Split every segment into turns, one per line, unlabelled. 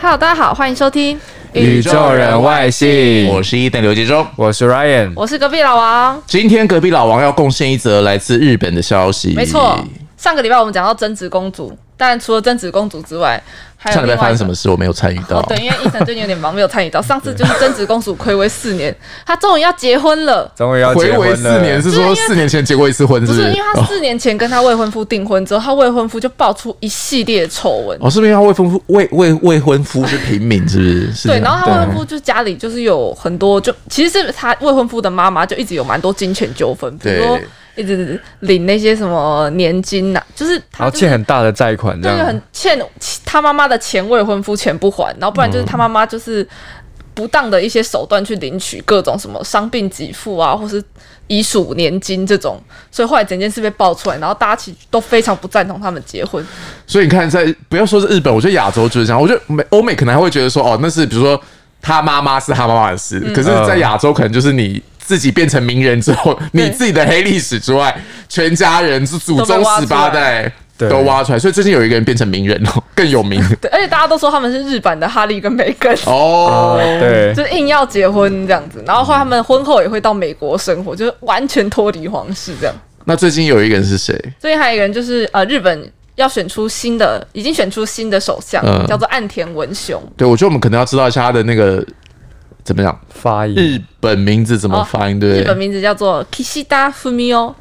Hello，大家好，欢迎收听《
宇宙人外星，
我是一等刘杰忠。
我是 Ryan，
我是隔壁老王。
今天隔壁老王要贡献一则来自日本的消息。
没错，上个礼拜我们讲到贞子公主，但除了贞子公主之外，还有
上礼拜
另外
发
一个
生什么事我没有参与到。
哦，对，因为伊藤最近有点忙，没 有参与到。上次就是贞子公主暌违四年，她终于要结婚了。
终于要
回
结
违
婚
四年
了。
是说四年前结过一次婚，
不
是哦
是，因
是
为？她四年前跟她未婚夫订婚之后，她未婚夫就爆出一系列丑闻。
哦，是不是因为他未婚夫未未未婚夫是平民，是不是？是这
对，
样
然后她未婚夫就家里就是有很多，就其实是她未婚夫的妈妈就一直有蛮多金钱纠纷，比如说
对
一直领那些什么年金呐、啊就是
然
她
后
就是
欠很大的债款，这
对，就
样
很欠他妈妈的前未婚夫钱不还，然后不然
嗯
就是他妈妈就是不当的一些手段去领取各种什么伤病给付啊，或是遗属年金这种，所以后来整件事被爆出来，然后大家其实都非常不赞同他们结婚。
所以你看在，不要说是日本，我觉得亚洲就是这样。我觉得美欧美可能还会觉得说，哦，那是比如说他妈妈是他妈妈的事，
嗯
可是，在亚洲可能就是你。自己变成名人之后，你自己的黑历史之外，全家人是祖宗十八代
都被挖出来
都挖出来，所以最近有一个人变成名人哦， 更有名
对，而且大家都说他们是日版的哈利跟梅根。
哦。
对
就，是硬要结婚这样子，然后后来他们婚后也会到美国生活，就是完全脱离皇室这样。
那最近有一个人是谁？
最近还有一个人就是呃，日本要选出新的，已经选出新的首相，
嗯
叫做岸田文雄。
对，我觉得我们可能要知道一下他的那个怎么讲，
发音
嗯
日本名字怎么发音，对
哦
哦
日
不
本
对
名字叫做 Kishida Fumio，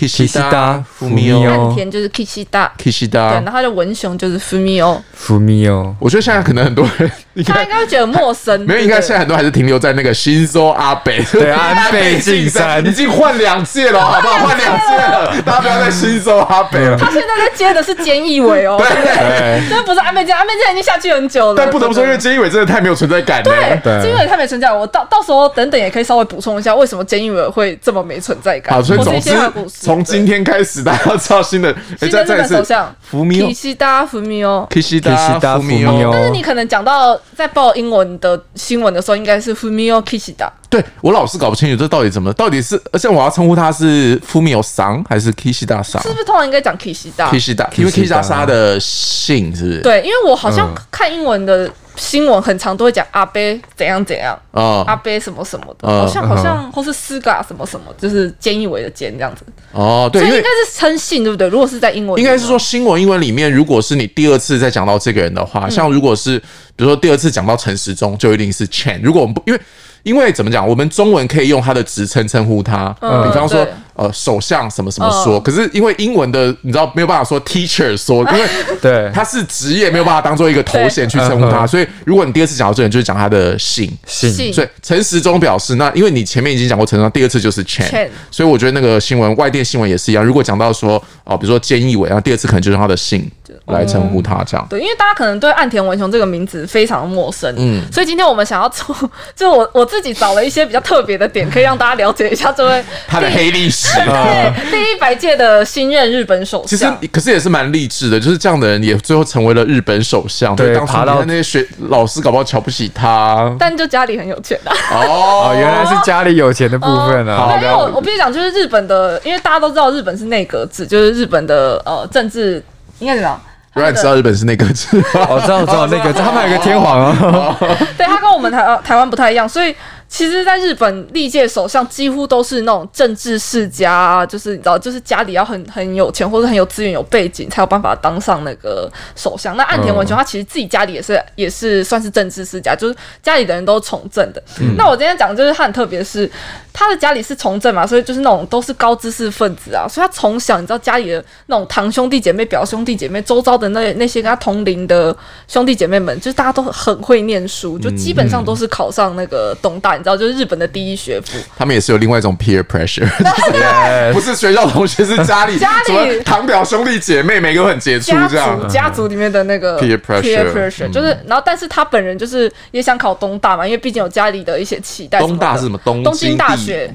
Kishida Fumio
岸田就是 Kishida，对，然
Kishida。
后他的文雄就是 Fumio，
福米哦，
我觉得现在可能很多人应
他
该
应该会觉得陌生，
没有，
对
应
不
该
对
现在很多还是停留在那个 Shinzo 阿北， 对
安倍晋啊三
已经换两届了，好不好？换两届
啊
了，大家不要再 Shinzo 阿北
啊
了。
他现在在接的是菅义伟哦，
对，
这不是安倍晋安倍晋三已经下去很久了，
但不得不说，因为菅义伟真的太没有存在感了。
对
对，菅义伟太没存在感，我到到时候等等也可以稍微补充一下，为什么菅义伟会这么没存在感，
好，所以
或是
总
一
之
些他的故事
从今。天开始，大家要知道新的，
对
哎
新的日
再
本首
次
相
福米哦
Kishida Fumio，
Kishida
，Kishida 福米
Fumio。
但是
哦
你，可能讲到在报英文的新闻的时候，应该是 Fumio Kishida，
对我老是搞不清楚这到底怎么，到底是而且我要称呼他是 Fumio 桑还是 Kishida 桑
是不是通常应该讲 Kishida？
？Kishida，因为
Kishida
Kishida 是他的姓，是不是？
对，因为我好像
嗯
看英文的新闻，很常都会讲阿贝怎样怎样，阿
哦
贝什么什么的，
嗯
好像好
嗯
像或是斯嘎什么什么，就是菅义伟的菅这样子，
哦，对，
所以
因
应
为
该是称姓对不对？如果是在英文里
应
面，
该是说新闻英文里面，如果是你第二次再讲到这个人的话，
嗯
像如果是比如说第二次讲到陈时中，就一定是 Chen。如果我们不因为因为怎么讲，我们中文可以用他的职称称呼他，
嗯
比方说
对
呃首相什么什么
嗯
说，可是因为英文的你知道没有办法说 teacher 说，因为
对，
他是职业，没有办法当做一个头衔去称呼
对
他，所以如果你第二次讲到这个人，就是讲他的姓。
姓
所以陈时中表示，那因为你前面已经讲过陈时中，第二次就是
Chen
Chen，所以我觉得那个新闻外电新闻也是一样。如果讲到说哦，比如说菅义伟，然后第二次可能就是他的姓来称呼他这样。
对，因为大家可能对岸田文雄这个名字非常陌生，嗯，所以今天我们想要做， 就我我自己找了一些比较特别的点，可以让大家了解一下这位
他的黑历史，
对第一百届的新任日本首
其实
相。
可是也是蛮励志的，就是这样的人也最后成为了日本首相。
对
所以当初
爬
你
到
看那些学老师搞不好瞧不起 他。
但就家里很有钱啊，
哦
哦，原来是家里有钱的部分
对，
啊，
因为我我必须讲，就是日本的，因为大家都知道日本是内阁制，就是日本的呃政治应该怎么样？
不然你知道日本是那个 字吗？
哦我知道，我知道那个他们有个天皇
哦
啊，
对，它跟我们台呃台湾不太一样，所以其实，在日本历届首相几乎都是那种政治世家、啊，就是你知道，就是家里要很很有钱或者很有资源、有背景，才有办法当上那个首相。那岸田文雄他其实自己家里也是也是算是政治世家，就是家里的人都从政的。那我今天讲的就是他很特别是，他的家里是从政嘛，所以就是那种都是高知识分子啊，所以他从小你知道家里的那种堂兄弟姐妹、表兄弟姐妹、周遭的那那些跟他同龄的兄弟姐妹们，就是大家都很会念书，就基本上都是考上那个东大，你知道，就是日本的第一学府。
他们也是有另外一种 peer pressure，
对
不是学校同学，是家里
家里
什么堂表兄弟姐妹，每个都很杰出
家
这
族
样。
家族里面的那个
嗯 Peer pressure 嗯
pressure，就是，然后但是他本人就是也想考东大嘛，因为毕竟有家里的一些期待什么的。
东大是什么东
东京
京
大
地
学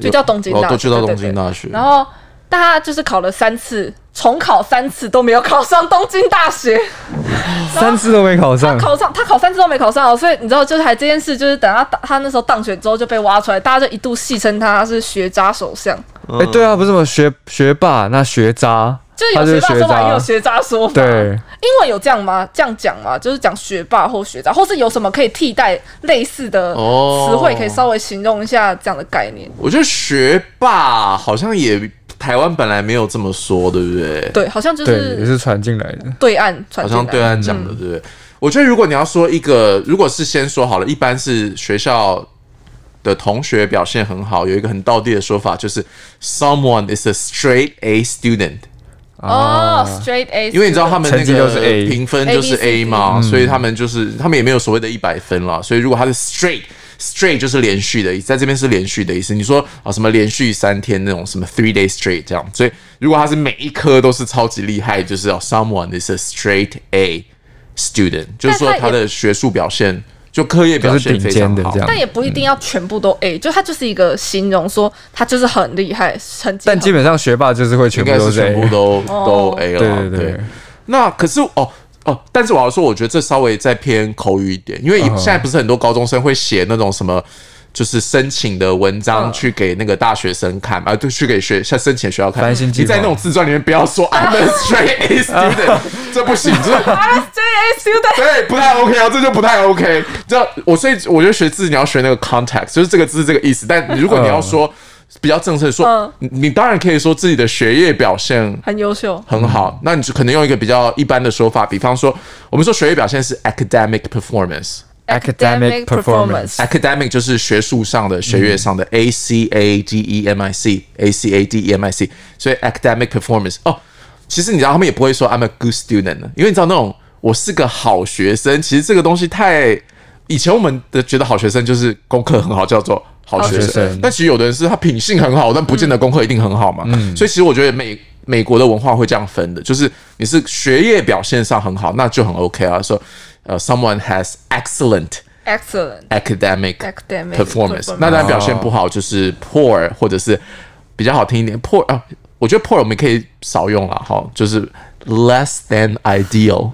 就叫东京大学，
哦都去到
对对
东京大学
对然后但他就是考了三次，重考三次都没有考上东京大学，
三次都没考
嗯
上，
考上他考三次都没考上哦，所以你知道，就是还这件事，就是等他他那时候当选之后就被挖出来，大家就一度戏称他是学渣首相。
嗯哎，对啊，不是什么学学霸，那学渣，
就是有学霸说法，也有学渣说法。
对，
英文有这样吗？这样讲吗？就是讲学霸或学渣，或是有什么可以替代类似的
哦
词汇，可以稍微形容一下这样的概念？
我觉得学霸好像也台湾本来没有这么说，对不对？
对，好像就
对，也
是
是传进来的。
对啊嗯岸传进
好
来
像
的，
对岸讲的，对不对？我觉得如果你要说一个，如果是先说好了，一般是学校的同学表现很好，有一个很道地的说法，就是 someone is a straight A student，啊
哦，straight A，
因为你知道他们那
成绩
个
都是 A 嗯
评分就是
A, B, C, D
A 嘛，所以他们就是他们也没有所谓的一百分啦，所以如果他是 straight。straight 就是连续的意思，在这边是连续的意思。你说啊什么连续三天那种什么 three day straight 这样，所以如果他是每一科都是超级厉害，就是哦 someone is a straight A student，就是说
但他
他
也
的学术表现就课业表现
都
非常
是顶尖的
好
这。样
但也不一定要全部都
嗯
A，、就它就是一个形容说他就是很厉害，成绩
但
很
基本上学霸就是会全
应
部
该
都
是
是
全
A
部都都
哦
A 了。
对对对
那可是哦哦，但是我要说，我觉得这稍微再偏口语一点，因为
嗯哼
现在不是很多高中生会写那种什么。就是申请的文
嗯
章去给那个大学生看嘛，啊，就去给学像申请的学校看。
繁星计
你
划
在那种自传里面不要 说 I'm a straight A student，这不行，这
啊 RSJA student
对，不太 OK 哦，这就不太 OK。知道我，所以我觉得学字你要学那个 context，就是这个字是这个意思。但如果你
嗯
要说比较正式的说
嗯，
你你当然可以说自己的学业表现
很优秀，
很好，那你就可能用一个比较一般的说法，比方说我们说学业表现是 academic performance。
Academic performance
academic 就是学术上的、学业
嗯
上的、a c a d e m i c a c a d e m i c，所以 academic performance 哦，其实你知道他们也不会说 I'm a good student 的，因为你知道那种我是个好学生，其实这个东西太以前我们的觉得好学生就是功课很好叫做好学
好学
生
生，
但其实有的人是他品性很好，但不见得功课一定很好嘛，
嗯
所以其实我觉得美。美国的文化会这样分的，就是你是学业表现上很好，那就很 OK 啊。说、呃，someone has excellent
excellent
academic
Academic
performance，
performance
那当然表现不好就是 poor，或者是比较好听一点 poor 啊，我觉得 poor 我们可以少用了哈，就是 less than ideal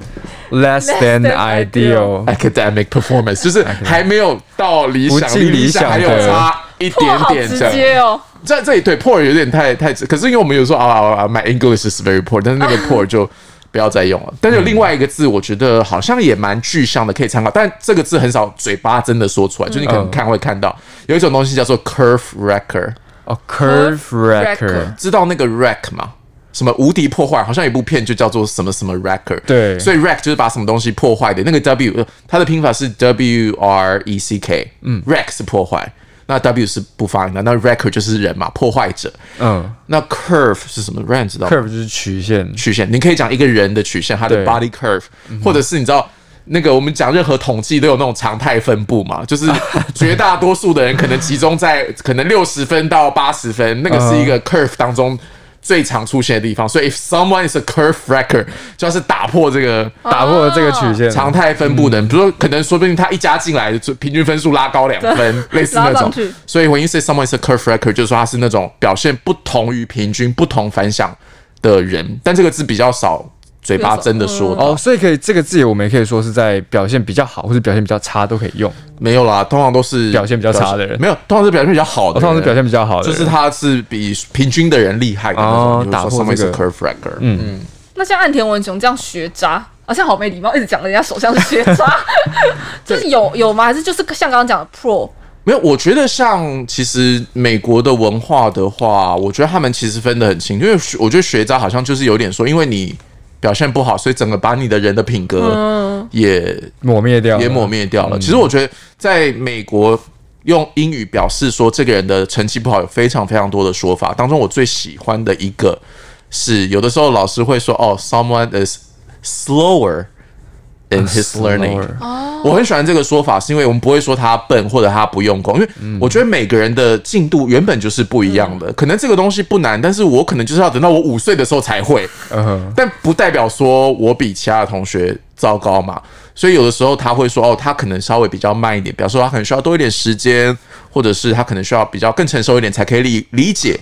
，less than
than ideal
ideal。
academic performance，就是还没有到理想，
不
离
尽理
理想
想
还有
对
差一
哇，
点
好
点
直
这样。
接哦，
在这里对 poor 有点太太直，可是因为我们有时候啊啊啊 my English is very poor，但是那个 poor 就不要再用了。但是有另外一个字，我觉得好像也蛮具象的，可以参考。但这个字很少嘴巴真的说出来，就你可能看会看到有一种东西叫做 curve wrecker，
哦，curve
Curve
wrecker，
wrecker
知道那个 wreck 吗？什么无敌破坏？好像有一部片就叫做什么什么 wrecker。
对
所以 wreck 就是把什么东西破坏的。那个 w 呃它的拼法是 w r e c k，嗯，wreck 是破坏，那 w 是不发音的，那 wrecker 就是人嘛，破坏者。
嗯
那 curve 是什么？Rand 知道吗
，curve 就是曲线，
曲线，你可以讲一个人的曲线，他的
对
body curve，或者是你知道。那个我们讲任何统计都有那种常态分布嘛，就是绝大多数的人可能集中在可能六十分到八十分，那个是一个 curve 当中最常出现的地方。所以 if someone is a curve wrecker，就要是打破这个
哦
打破了这个曲线，
常态分布的
嗯
人，比如说可能说不定他一加进来，就平均分数拉高两分，类似那
拉
种
上去。
所以 when you say someone is a curve wrecker，就是说他是那种表现不同于平均、不同凡响的人，但这个字比较少，嘴巴真的说
嗯
哦，所以可以这个字眼我们也可以说是在表现比较好或者表现比较差都可以用，
没有啦，通常都是
表现比较差的人
没有，通常是表现比较好
哦
的人，
通常是表现比较好的
就
人，
是他是比平均的人厉害的那
哦
种。
打破
someone is
这
a
个
curve wrecker，嗯，
那像岸田文雄这样学渣，好像好没礼貌，一直讲人家手像是学 渣，就是有有吗？还是就是像刚刚讲的 pro
没有，我觉得像其实美国的文化的话，我觉得他们其实分得很清，因为学我觉得学渣好像就是有点说，因为你表现不好，所以整个把你的人的品格也、
抹灭掉，
也抹。灭掉了。其实我觉得在美国。用英语表示说这个人的成绩不好，有非常非常多的说法。当中我最喜欢的一个是，有的时候老师会说：“哦，someone is slower in his learning。”我
哦
很喜欢这个说法，是因为我们不会说他笨或者他不用功，因为我觉得每个人的进度原本就是不一样的。可能这个东西不难，但是我可能就是要等到我五岁的时候才会，
嗯哼，
但不代表说我比其他的同学糟糕嘛。所以有的时候他会说，哦，他可能稍微比较慢一点，比方说他可能需要多一点时间，或者是他可能需要比较更成熟一点才可以理理解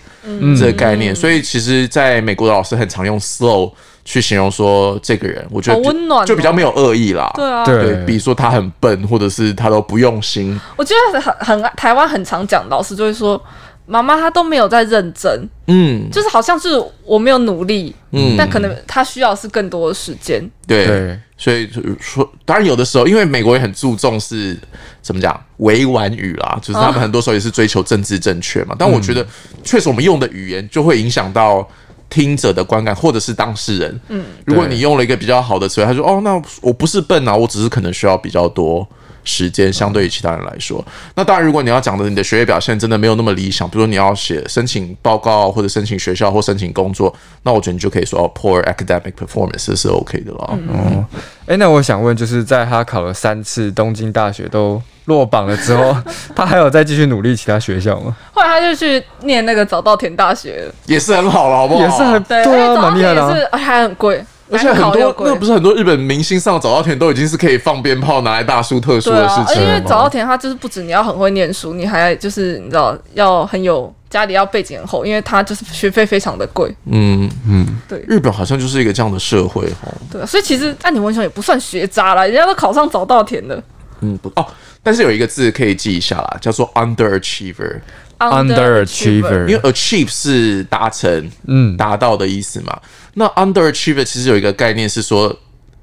这个概念。所以其实在美国的老师很常用 slow 去形容说这个人，我觉得
好
就
温暖哦
就比较没有恶意啦。
对啊，
对
对比如说他很笨，或者是他都不用心，
我觉得很很台湾很常讲，老师就会说。妈妈她都没有在认真，
嗯
就是好像是我没有努力，
嗯
但可能她需要是更多的时间。
对，
对
所以就说，当然有的时候，因为美国也很注重是怎么讲委婉语啦，就是他们很多时候也是追求政治正确嘛。但我觉得，确实我们用的语言就会影响到。听者的观感，或者是当事人。嗯，如果
对
你用了一个比较好的词汇，他说：“哦，那我不是笨啊，我只是可能需要比较多时间，相对于其他人来说。”那当然，如果你要讲的你的学业表现真的没有那么理想，比如说你要写申请报告或者申请学校或申请工作，那我觉得你就可以说哦，poor academic performance 是 OK 的啦。嗯，
哎，那我想问，就是在他考了三次东京大学都落榜了之 后，他还有再继续努力其他学校吗？
后来她就去念那个早稻田大学了，
也是很好了，好不好？
也是很
对，而
对啊，
且早稻
蛮厉害
田
的
也
啊
是、。哎还很贵，
而且很
考又
多，
贵
那不是很多日本明星上早稻田都已经是可以放鞭炮拿来大书特书
对
的
啊
事，
而
情
且因
了
为
吗
早稻田它就是不止你要很会念书，你还就是你知道要很有家里要背景很厚，因为它就是学费非常的贵，
嗯嗯，
对
日本好像就是一个这样的社会哦。
对啊、所以其实按你文雄也不算学渣啦，人家都考上早稻田了。
嗯，不哦，但是有一个字可以记一下啦，叫做 underachiever，因为 achieve 是达成，
嗯，
达到的意思嘛。那 underachiever 其实有一个概念是说，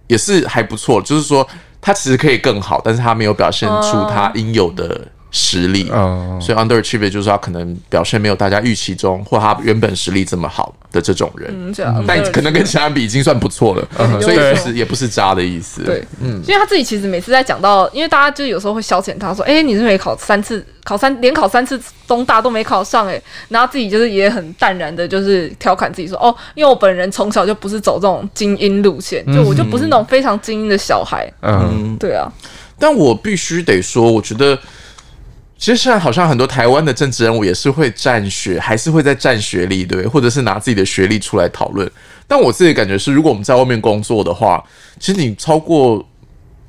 也是还不错，就是说他其实可以更好，但是他没有表现出
哦
他应有的实力。
哦
所以 underachiever 就是他可能表现没有大家预期中或他原本实力这么好的这种人。
嗯，这样，
但可能跟其他人比已经算不错了，
嗯
所以
对
其实也不是渣的意思。
对，嗯，因为他自己其实每次在讲到，因为大家就有时候会消遣他说，哎、你是没考三次，考三连考三次东大都没考上、哎，然后自己就是也很淡然的，就是调侃自己说，哦，因为我本人从小就不是走这种精英路线，就我就不是那种非常精英的小孩，
嗯，
对啊，
但我必须得说，我觉得其实现在好像很多台湾的政治人物也是会占学，还是会在占学历，对不对，或者是拿自己的学历出来讨论。但我自己的感觉是，如果我们在外面工作的话，其实你超过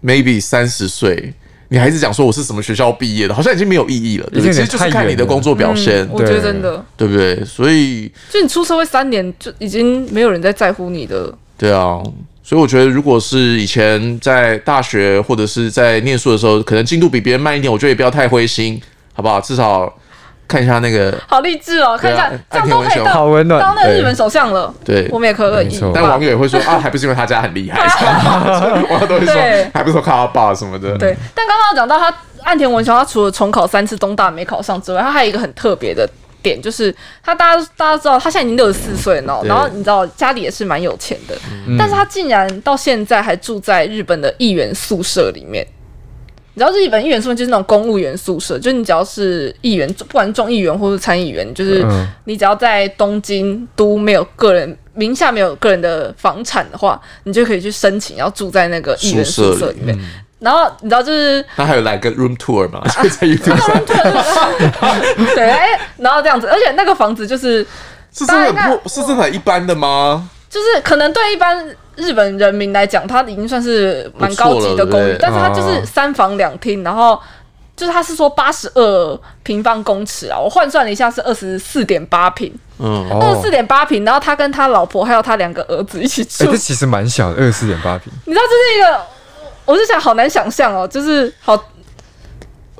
maybe 三十岁。你还是讲说我是什么学校毕业的，好像已经没有意义了，对不对？
已经有
其
点
实就是
太
看你
远
的
了
工作表现，
嗯我觉得
对
真的，
对不对？所以
就你出社会三年，就已经没有人在在乎你的，
对啊，所以我觉得，如果是以前在大学或者是在念书的时候，可能进度比别人慢一点，我觉得也不要太灰心，好不好？至少看一下那个，
好励志哦，看一下
对啊，
这样都
安
可
田
以
文雄
当
好温暖
当那个
对
日本首相了，
对
我们也可以
没，错
但网友也会说啊，还不是因为他家很厉害，网友都
对
会说，还不是我靠他爸什么的，
对，但刚刚有讲到他岸田文雄，他除了重考三次东大没考上之外，他还有一个很特别的点，就是他大家大家都知道他现在已经六十四岁了哦，
对
然后你知道家里也是蛮有钱的，但是他竟然到现在还住在日本的议员宿舍里面。你知道日本议员宿舍就是那种公务员宿舍，就是你只要是议员，不管是众议员或是参议员，就是
嗯
你只要在东京都没有个人名下没有个人的房产的话，你就可以去申请要住在那个议员宿
宿舍
舍
里
里面。然后你知道就是
那还有来个 room tour 嘛， 就在 YouTube 上，
对，哎，然后这样子，而且那个房子就是
是真
大
的
家
很不，是真的很一般的吗？
就是可能对一般日本人民来讲，它已经算是蛮高级的
不
公
错了
寓
对不对，
但是它就是
哦
三房两厅，然后。就是他是说八十二平方公尺啊，我换算了一下是二十四点八平，
嗯，
二
哦
十四，点八平，然后他跟他老婆还有他两个儿子一起
哎，
住，
这其实蛮小的，二十四点八平。
你知道这是一个，我就想好难想象哦，就是好，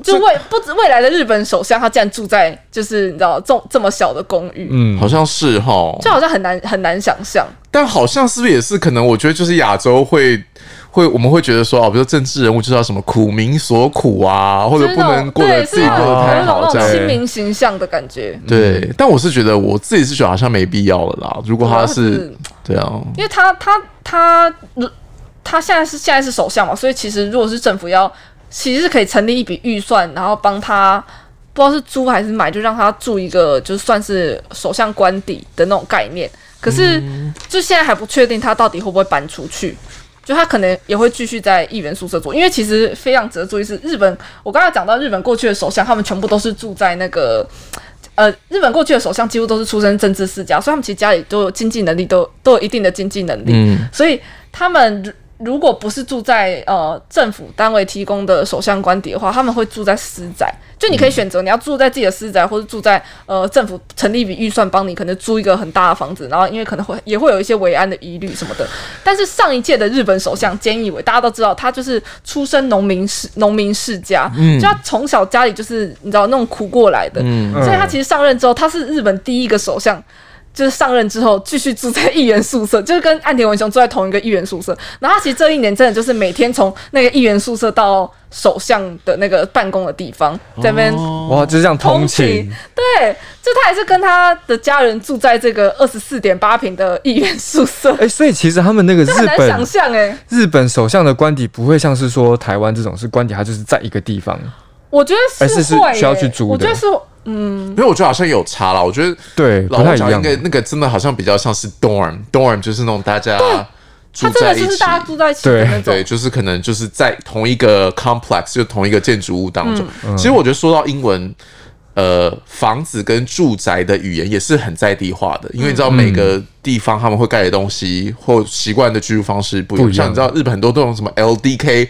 就未不止未来的日本首相，他竟然住在就是你知道这这么小的公寓，
嗯，
好像是哈，
就好像很难很难想象。
但好像是不是也是可能？我觉得就是亚洲会会我们会觉得说哦，比如说政治人物就是要什么苦民所苦啊，或者
就是
不
那种
能过得
对
自己过得太好
是那种有一种那
这
种
样。
亲民形象的感觉。
对，但我是觉得我自己是觉得好像没必要了啦。如果他 是对啊，
因为他他他他现在是现在是首相嘛，所以其实如果是政府要，其实是可以成立一笔预算，然后帮他不知道是租还是买，就让他住一个就算是首相官邸的那种概念。可是就现在还不确定他到底会不会搬出去。就他可能也会继续在议员宿舍住，因为其实非常值得注意是日本，我刚才讲到日本过去的首相，他们全部都是住在那个呃，日本过去的首相几乎都是出身政治世家，所以他们其实家里都有经济能力，都都有一定的经济能力，
嗯
所以他们如果不是住在呃政府单位提供的首相官邸的话，他们会住在私宅。就你可以选择你要住在自己的私宅，或者住在呃政府成立一笔预算帮你可能租一个很大的房子，然后因为可能会也会有一些维安的疑虑什么的。但是上一届的日本首相菅义伟，大家都知道他就是出身农民世农民世家，就他从小家里就是你知道那种苦过来的，
嗯
所以他其实上任之后他是日本第一个首相。就是上任之后继续住在议员宿舍，就是跟岸田文雄住在同一个议员宿舍。然后他其实这一年真的就是每天从那个议员宿舍到首相的那个办公的地方，在那边
哇，就这样哦通
勤
勤，。
对，就他也是跟他的家人住在这个二十四点八平的议员宿舍，
哎、所以其实他们那个
很
日
难想
本
象哎、
日本首相的官邸不会像是说台湾这种是官邸，它就是在一个地方。
我觉得
而是是
会、欸，
需要去租的
我觉得是
因为我觉得好像有差了，我觉得
对不
老
太
外
一
讲
样
那个那个真的好像比较像是 dorm dorm，就是那种大家住
他真
在
的
一
就
起
是，大家住在一起的
对
那种
对，。就是可能就是在同一个 complex，就同一个建筑物当中。
嗯
其实我觉得说到英文，呃，房子跟住宅的语言也是很在地化的，因为你知道每个
嗯
地方他们会盖的东西或习惯的居住方式不一
不
样，
一样
像你知道日本很多都用什么 LDK。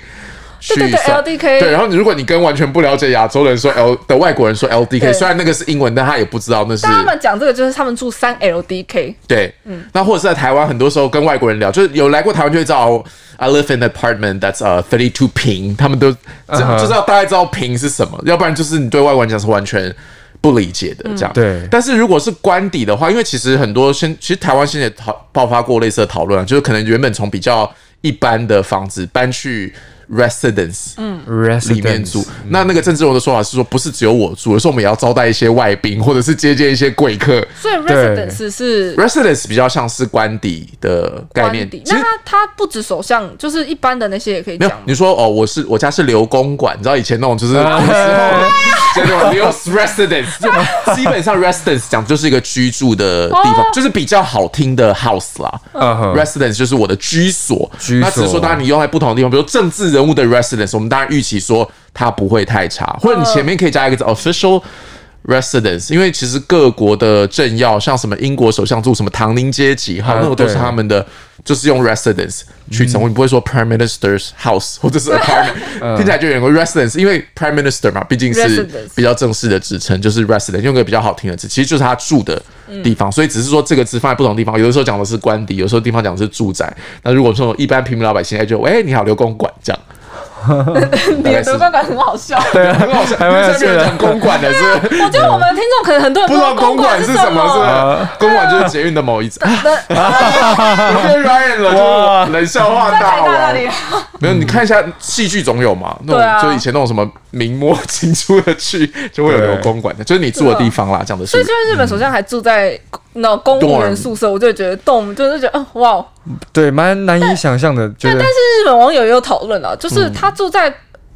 去
对对对
算
LDK
对，然后你如果你跟完全不了解亚洲人说 L 的外国人说 LDK，
对
虽然那个是英文，但他也不知道那是
但他们讲这个就是他们住三 LDK，
对，那或者是在台湾，很多时候跟外国人聊，就是有来过台湾就会知道哦，I live in an apartment that's uh thirty two 平，他们都
嗯哼
就知道大概知道平是什么，要不然就是你对外国人讲是完全不理解的这样。
对
但是如果是官邸的话，因为其实很多先，其实台湾现在也讨爆发过类似的讨论啊，就是可能原本从比较一般的房子搬去 residence，嗯，里面住
residence。嗯
那那个郑志荣的说法是说，不是只有我住，有时候我们也要招待一些外宾，或者是接见一些贵客。
所以 residence 是
residence 比较像是官邸的概
官
念，
邸。
其
那
实。
他他不止首相，就是一般的那些也可以
没
讲
有，你说哦，我是我家是留公馆，你知道以前那 种就是古时候
哎
就那种留 residence，就 基本上 residence 讲就是一个居住的地
哦
方，就是比较好听的 house 啦。
嗯哼
residence 就是我的居所，
居所
那只是说当然你用在不同的地方，比如政治人物的 residence，我们当然预期说它不会太差，
嗯
或者你前面可以加一个字哦 official。residence，因为其实各国的政要，像什么英国首相住什么唐宁街几号，
啊
那个都是
对
他们的，就是用 residence 去称呼，你不会说 prime minister's house 或 者是
嗯
apartment，听起来就有点 residence，因为 prime minister 嘛，毕竟是
Residence
比较正式的职称，就是 resident，用个比较好听的字，其实就是他住的
嗯
地方。所以只是说这个字放在不同地方，有的时候讲的是官邸，有时候地方讲的是住宅。那如果说一般平民老百姓，哎，就哎、你好，刘公馆这样，
你的德观感很好笑。
对啊，
很好笑，
还蛮有
现在
趣
没有人
的
讲。公馆的是不是。
我觉 得我们听众可能很多人
不知道公
馆
馆是
什
什么，是
啊
吧？公馆就是捷运的某一站。 对 Ryan 了，
哇
就是冷笑话
在
大
台大那
王。
里，
没有，你看一下戏剧总有嘛，
对啊
那种就以前那种什么明末清初的剧，就会有
对
留公馆的，就是你住的地方啦，这样的
所以
是
就。是日本首相还住在那公务员
Dorm
宿舍，我就觉得动，就是觉得，嗯，哇。
对，蛮难以想象的，觉
但
得
但是日本网友也有讨论了，就是他住在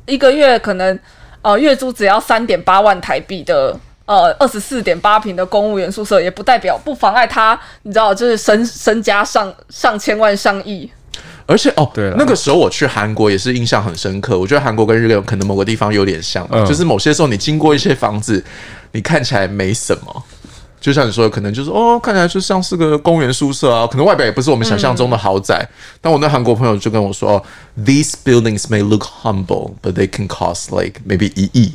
一个月可能呃月租只要三点八万台币的。呃，二十四点八平的公务员宿舍也不代表不妨碍他，你知道，就是身身家上上千万上亿，
而且哦，
对啦
那个时候我去韩国也是印象很深刻。我觉得韩国跟日本可能某个地方有点像吧，
嗯
就是某些时候你经过一些房子，你看起来没什么。就像你说的，可能就是哦，看起来就像是个公园宿舍啊，可能外表也不是我们想象中的豪宅。
嗯
但我那韩国朋友就跟我说，哦，these buildings may look humble, but they can cost like maybe 一亿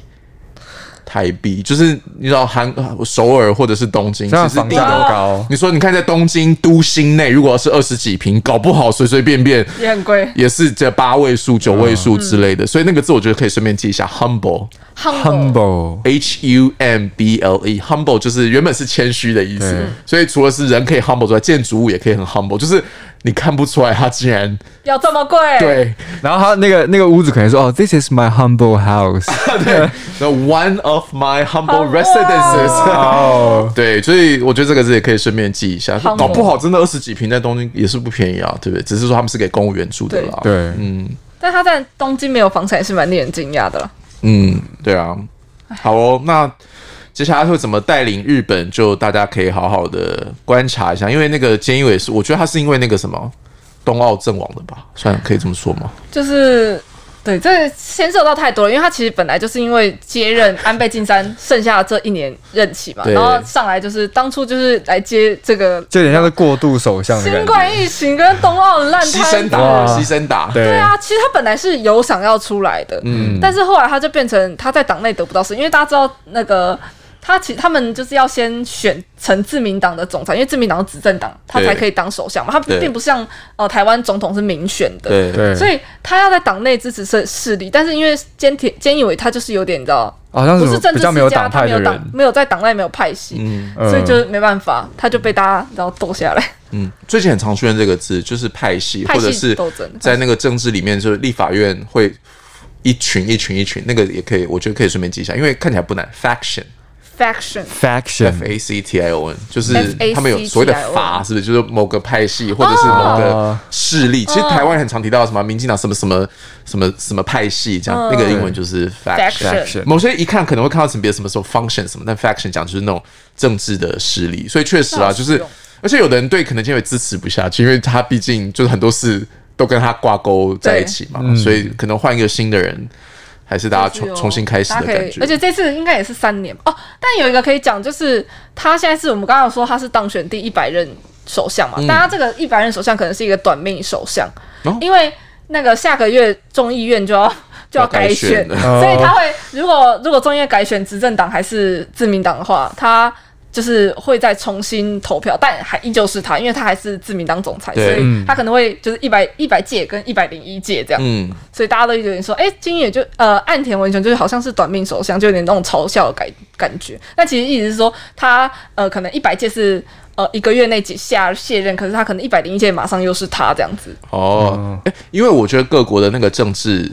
台币。就是你知道韩呃首尔或者是东京，
那
其实
房
地
价
都
多高？
你说，你看在东京都心内，如果要是二十几平，搞不好随随便便
也很贵。
也是这八位数、九位数之类的。所以那个字，我觉得可以顺便记一下，humble，h
humble，
u m b l e，humble 就是原本是谦虚的意思
对。
所以除了是人可以 humble 之外，建筑物也可以很 humble，就是你看不出来它竟然
要这么贵？，
对
然后他那个那个屋主可能说：“哦，This is my humble house。
对，the one of my
好
humble residences。
哇
哦，
对，所以我觉得这个字也可以顺便记一下。
Humble
搞不好真的二十几平在东京也是不便宜啊，对不对？只是说他们是给公务员住的啦。
对
嗯
但他在东京没有房产也是蛮令人惊讶的了。
嗯，对啊。好哦，那接下来会怎么带领日本，就大家可以好好的观察一下。因为那个菅义伟是，我觉得他是因为那个什么冬奥阵亡的吧，算了，可以这么说吗？
就是对，这牵涉到太多了，因为他其实本来就是因为接任安倍晋三剩下这一年任期嘛，
对
然后上来就是当初就是来接这个
就有点像是过度首相的
新
感
冠
觉。
疫情跟冬奥的烂
牺
摊
牲
子
打，
哇
牺牲打，
对
对啊，其实他本来是有想要出来的，
嗯
但是后来他就变成他在党内得不到势，因为大家知道那个他其他们就是要先选成自民党的总裁，因为自民党是执政党，他
对
才可以当首相嘛，他
对
并不像呃台湾总统是民选的，
对
对，
所以他要在党内支持势势力，但是因为菅田菅义伟他就是有点你知道，
好像
不
是
是政
比
治
较没
世
有
家，
党
他
派
没
的
有党
人，
没有在党内没有派系，
嗯
嗯
所以就是没办法，他就被大家然后斗下来，
嗯，最近很常出现这个字，就是派系，
派
或者
系
是
斗争。
在那个政治里面，就是立法院会一群一群一群，那个也可以，我觉得可以顺便记一下，因为看起来不难。faction
faction
faction
f a c t i o n 就是他们有
F A C T I O N
所谓的法，是不是？就是某个派系或者是某个势
哦
力。其实台湾很常提到什么民进党什么什么什么什么派系这样，那个英文就是 faction。
嗯 faction
faction
某些一看可能会看到什么别的什么时候 function 什么，但 faction 讲就是那种政治的势力，所以确实啊，
那好
就
实
是
用
而且有的人对可能因为支持不下去，因为他毕竟就是很多事都跟他挂钩在一起嘛，所以可能换一个新的人，还是大家
嗯就是
重
有
重新开始
大
的
家可
感
以
觉。，
而且这次应该也是三年吧哦。但有一个可以讲，就是他现在是我们刚刚有说他是当选第一百任首相嘛，但他这个一百任首相可能是一个短命首相，
嗯哦
因为那个下个月众议院就要就要改
要
选
改选，哦
了
所以他会如果如果众议院改选执政党还是自民党的话，他。就是会再重新投票，但还依旧是他，因为他还是自民党总裁，所
对
以他可能会就是一百一百届跟一百零一届这样。
嗯，
所以大家都有点说，哎、今野就呃岸田文雄就是好像是短命首相，就有点那种嘲笑的感感觉。那其实意思是说，他呃可能一百届是呃一个月内解下卸任，可是他可能一百零一届马上又是他这样子。
哦，哎、因为我觉得各国的那个政治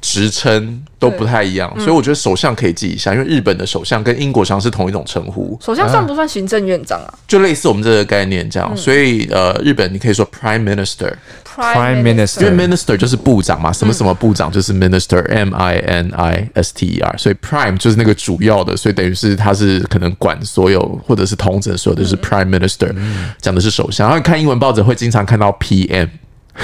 职称都不太一样，所以我觉得首相可以记一下，因为日本的首相跟英国首相是同一种称呼，
首相算不算行政院长啊
就类似我们这个概念这样。所以呃，日本你可以说 Prime Minister，
Prime Minister
因为 Minister 就是部长嘛，什么什么部长就是 Minister，M I N I S T E R，所以 Prime 就是那个主要的，所以等于是他是可能管所有或者是统整所有的，就是 Prime Minister，讲的是首相。然后你看英文报纸会经常看到 PM。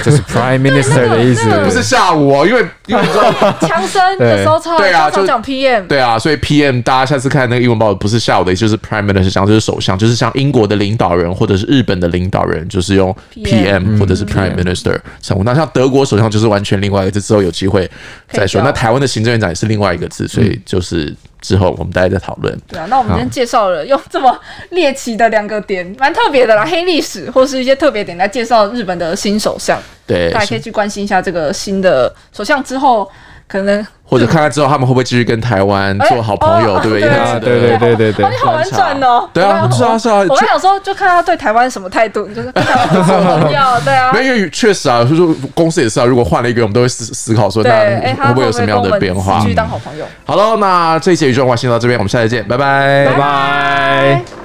就是 prime minister
对那个
的意思，
那个
不是下午哦，因为因为你知道
强生的时候超
对对啊
常常讲 PM，
对啊，所以 PM 大家下次看那个英文报纸，不是下午的，也就是 Prime Minister 讲就是首相，就是像英国的领导人或者是日本的领导人，就是用
嗯
PM 或者是 Prime Minister 称呼。那像德国首相就是完全另外一个字，之后有机会再
可以聊哦
说。那台湾的行政院长也是另外一个字，所以就是之后我们大家再讨论。
对啊，那我们今天介绍了用这么猎奇的两个点，蛮特别的啦，黑历史或是一些特别点来介绍日本的新首相。
对
大，家可以去关心一下这个新的首相之后可能
或者看看之后他们会不会继续跟台湾做好朋友，
哎哦
对不
对
对？因为他的
对对对对对
哦，你好婉转哦。
对啊
我刚
是啊是啊
我
就
刚想说，就看他对台湾什么态度，你就是跟台湾不是我朋友，对啊
没。有，因为确实啊，就是说公司也是啊，如果换了一个，我们都会思思考说，
对，
那
哎，他
会不会有
跟
什么样
我
的
们
变化？嗯
继续当好朋友，
好喽，那这一节宇宙关系到这边，我们下次见，拜拜，
拜拜。
拜